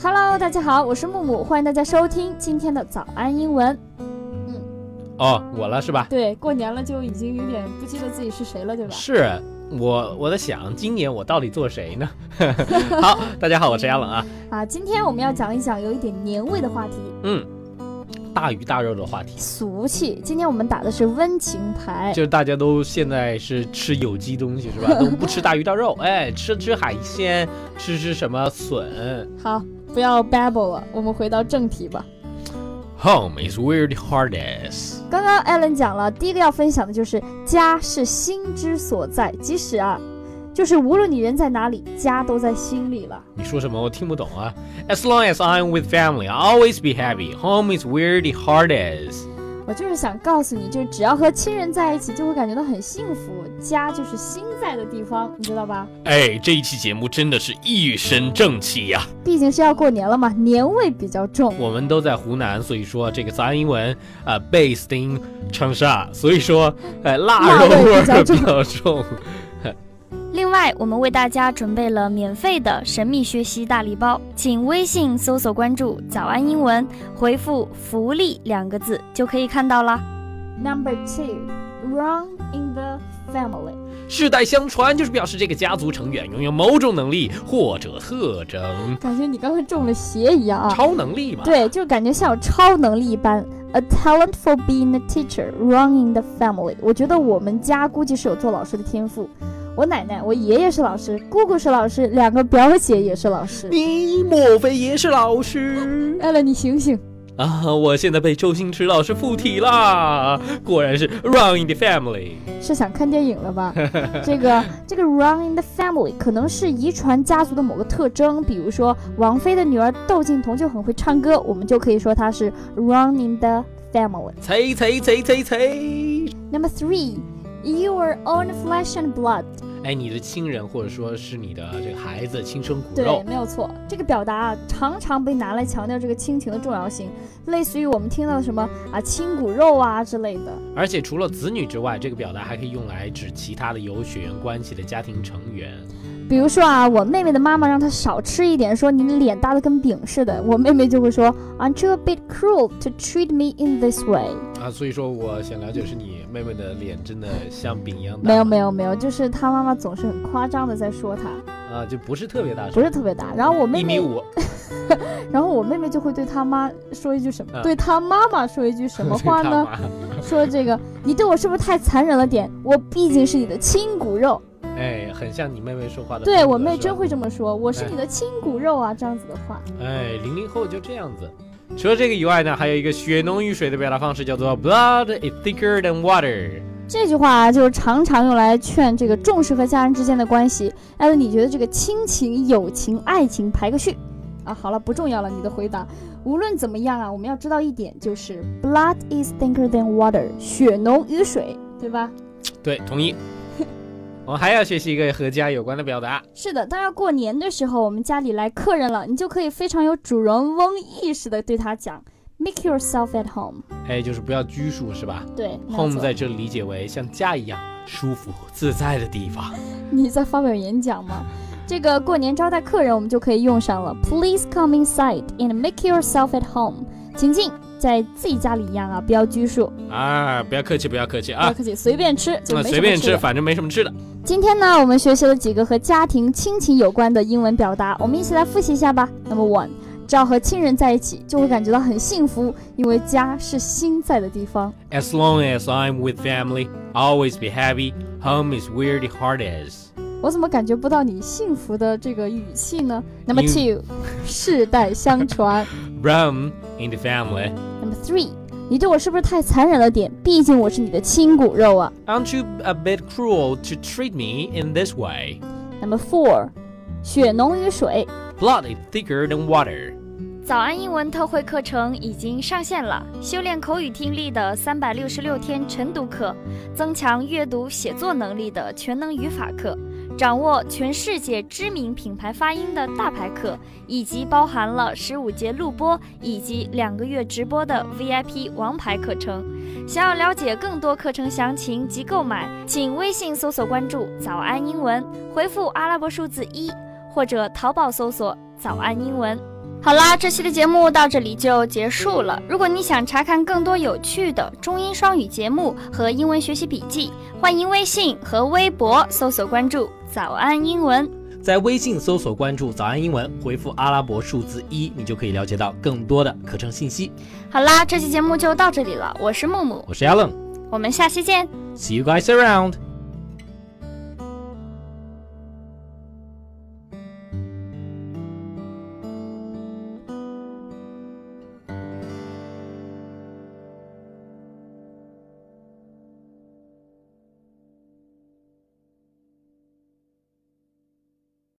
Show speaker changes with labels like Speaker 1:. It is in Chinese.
Speaker 1: Hello，大家好，我是木木，欢迎大家收听今天的早安英文。
Speaker 2: 哦，我了是吧？
Speaker 1: 对，过年了就已经有点不记得自己是谁了，对吧？
Speaker 2: 是我，我在想今年我到底做谁呢？ 好，大家好，我是亚冷啊。
Speaker 1: 啊，今天我们要讲一讲有一点年味的话题，
Speaker 2: 嗯，大鱼大肉的话题，
Speaker 1: 俗气。今天我们打的是温情牌，
Speaker 2: 就是大家都现在是吃有机东西是吧？都不吃大鱼大肉，哎，吃吃海鲜，吃吃什么笋。
Speaker 1: 好，不要 babble 了，我们回到正题吧。
Speaker 2: Home is where the heart is。
Speaker 1: 刚刚艾伦讲了，第一个要分享的就是家是心之所在，即使啊，就是无论你人在哪里，家都在心里了。
Speaker 2: 你说什么？我听不懂啊。As long as I'm with family, I always be happy. Home is where the heart is。
Speaker 1: 我就是想告诉你，就是只要和亲人在一起，就会感觉到很幸福。家就是心在的地方，你知道吧？
Speaker 2: 哎，这一期节目真的是一身正气呀、
Speaker 1: 毕竟是要过年了嘛，年味比较重。
Speaker 2: 我们都在湖南，所以说这个早安英文啊、呃、，based in 长沙，所以说呃腊
Speaker 1: 辣
Speaker 2: 肉味
Speaker 1: 味
Speaker 2: 儿
Speaker 1: 比
Speaker 2: 比较重。
Speaker 3: 另外，我们为大家准备了免费的神秘学习大礼包，请微信搜索关注“早安英文”，回复“福利”两个字就可以看到啦。
Speaker 1: Number two, wrong in the family。
Speaker 2: 世代相传就是表示这个家族成员拥有某种能力或者特征，
Speaker 1: 感觉你刚刚中了邪一样啊！
Speaker 2: 超能力嘛。
Speaker 1: 对，就感觉像有超能力一般。A talent for being a teacher, wrong in the family。我觉得我们家估计是有做老师的天赋。我奶奶、我爷爷是老师，姑姑是老师，两个表姐也是老师。
Speaker 2: 你莫非也是老师
Speaker 1: 艾伦，你醒醒！
Speaker 2: 啊？我现在被周星驰老师附体啦，果然是 Run in the Family。
Speaker 1: 是想看电影了吧？这个这个 Run in the Family 可能是遗传家族的某个特征，比如说王菲的女儿窦靖童就很会唱歌，我们就可以说她是 Run in the Family。
Speaker 2: 猜猜猜猜猜。
Speaker 1: Number three, you are own flesh and blood。
Speaker 2: 哎，你的亲人或者说是你的这个孩子亲生骨
Speaker 1: 对，
Speaker 2: 肉，
Speaker 1: 没有错。这个表达啊，常常被拿来强调这个亲情的重要性，类似于我们听到的什么啊亲骨肉啊之类的。
Speaker 2: 而且除了子女之外，这个表达还可以用来指其他的有血缘关系的家庭成员。
Speaker 1: 比如说啊，我妹妹的妈妈让她少吃一点，说你脸大的跟饼似的，我妹妹就会说，Aren't you a bit cruel to treat me in this way？
Speaker 2: 啊，所以说我想了解是你妹妹的脸真的像饼一样大，
Speaker 1: 没有没有没有，就是她妈妈总是很夸张的在说她，
Speaker 2: 啊，就不是特别大，
Speaker 1: 不是特别大。然后我妹
Speaker 2: 一米
Speaker 1: 妹，
Speaker 2: 五，
Speaker 1: 然后我妹妹就会对她妈说一句什么，
Speaker 2: 啊
Speaker 1: 对她妈妈说一句什么 话
Speaker 2: 这
Speaker 1: 呢？
Speaker 2: 大妈？
Speaker 1: 说这个你对我是不是太残忍了点？我毕竟是你的亲骨肉。
Speaker 2: 哎，很像你妹妹说话的风格。
Speaker 1: 对我妹
Speaker 2: 是吧
Speaker 1: 真会这么说，我是你的亲骨肉啊，这样子的话。
Speaker 2: 哎，零零后就这样子。除了这个以外呢，还有一个血浓于水的表达方式，叫做 blood is thicker than water。
Speaker 1: 这句话啊，就是常常用来劝这个重视和家人之间的关系。艾伦，你觉得这个亲情、友情、爱情排个序啊？好了，不重要了，你的回答。无论怎么样啊，我们要知道一点，就是 blood is thicker than water，血浓于水，对吧？
Speaker 2: 对，同意。我们还要学习一个和家有关的表达。
Speaker 1: 是的，当要过年的时候，我们家里来客人了，你就可以非常有主人翁意识的对他讲，make yourself at home。
Speaker 2: 哎，就是不要拘束，是吧
Speaker 1: 对没有
Speaker 2: ？Home
Speaker 1: 错
Speaker 2: 在这里理解为像家一样舒服自在的地方。
Speaker 1: 你在发表演讲吗？这个过年招待客人，我们就可以用上了。Please come inside and make yourself at home。请进，在自己家里一样啊，不要拘束，
Speaker 2: 啊，不要客气，不要客气
Speaker 1: 不要
Speaker 2: 啊，
Speaker 1: 客气，随便吃就没
Speaker 2: 那
Speaker 1: 什么
Speaker 2: 随便
Speaker 1: 吃
Speaker 2: 吃，
Speaker 1: 的。
Speaker 2: 反正没什么吃的。
Speaker 1: 今天呢，我们学习了几个和家庭、亲情有关的英文表达，我们一起来复习一下吧。Number one，只要和亲人在一起，就会感觉到很幸福，因为家是心在的地方。
Speaker 2: As long as I'm with family, always be happy. Home is where the heart is.
Speaker 1: 我怎么感觉不到你幸福的这个语气呢？Number
Speaker 2: 因
Speaker 1: two，世代相传。
Speaker 2: Brown in the family.
Speaker 1: Number three，你对我是不是太残忍了点？毕竟我是你的亲骨肉啊。
Speaker 2: Aren't you a bit cruel to treat me in this way?
Speaker 1: Number four，血浓于水。
Speaker 2: Blood is thicker than water.
Speaker 3: 早安英文特惠课程已经上线了，修炼口语听力的三百六十六天晨读课，增强阅读写作能力的全能语法课，掌握全世界知名品牌发音的大牌课，以及包含了十五节录播以及两个月直播的 VIP 王牌课程。想要了解更多课程详情及购买，请微信搜索关注“早安英文”，回复阿拉伯数字一，或者淘宝搜索“早安英文”。好啦，这期的节目到这里就结束了。如果你想查看更多有趣的中英双语节目和英文学习笔记，欢迎微信和微博搜索关注“早安英文
Speaker 2: 在微信搜索关注“早安英文”，回复阿拉伯数字一，你就可以了解到更多的课程信息。”。
Speaker 3: 好啦，这期节目就到这里了，我是木木，
Speaker 2: 我是 Alan，See
Speaker 3: 我们下期见。
Speaker 2: you guys around。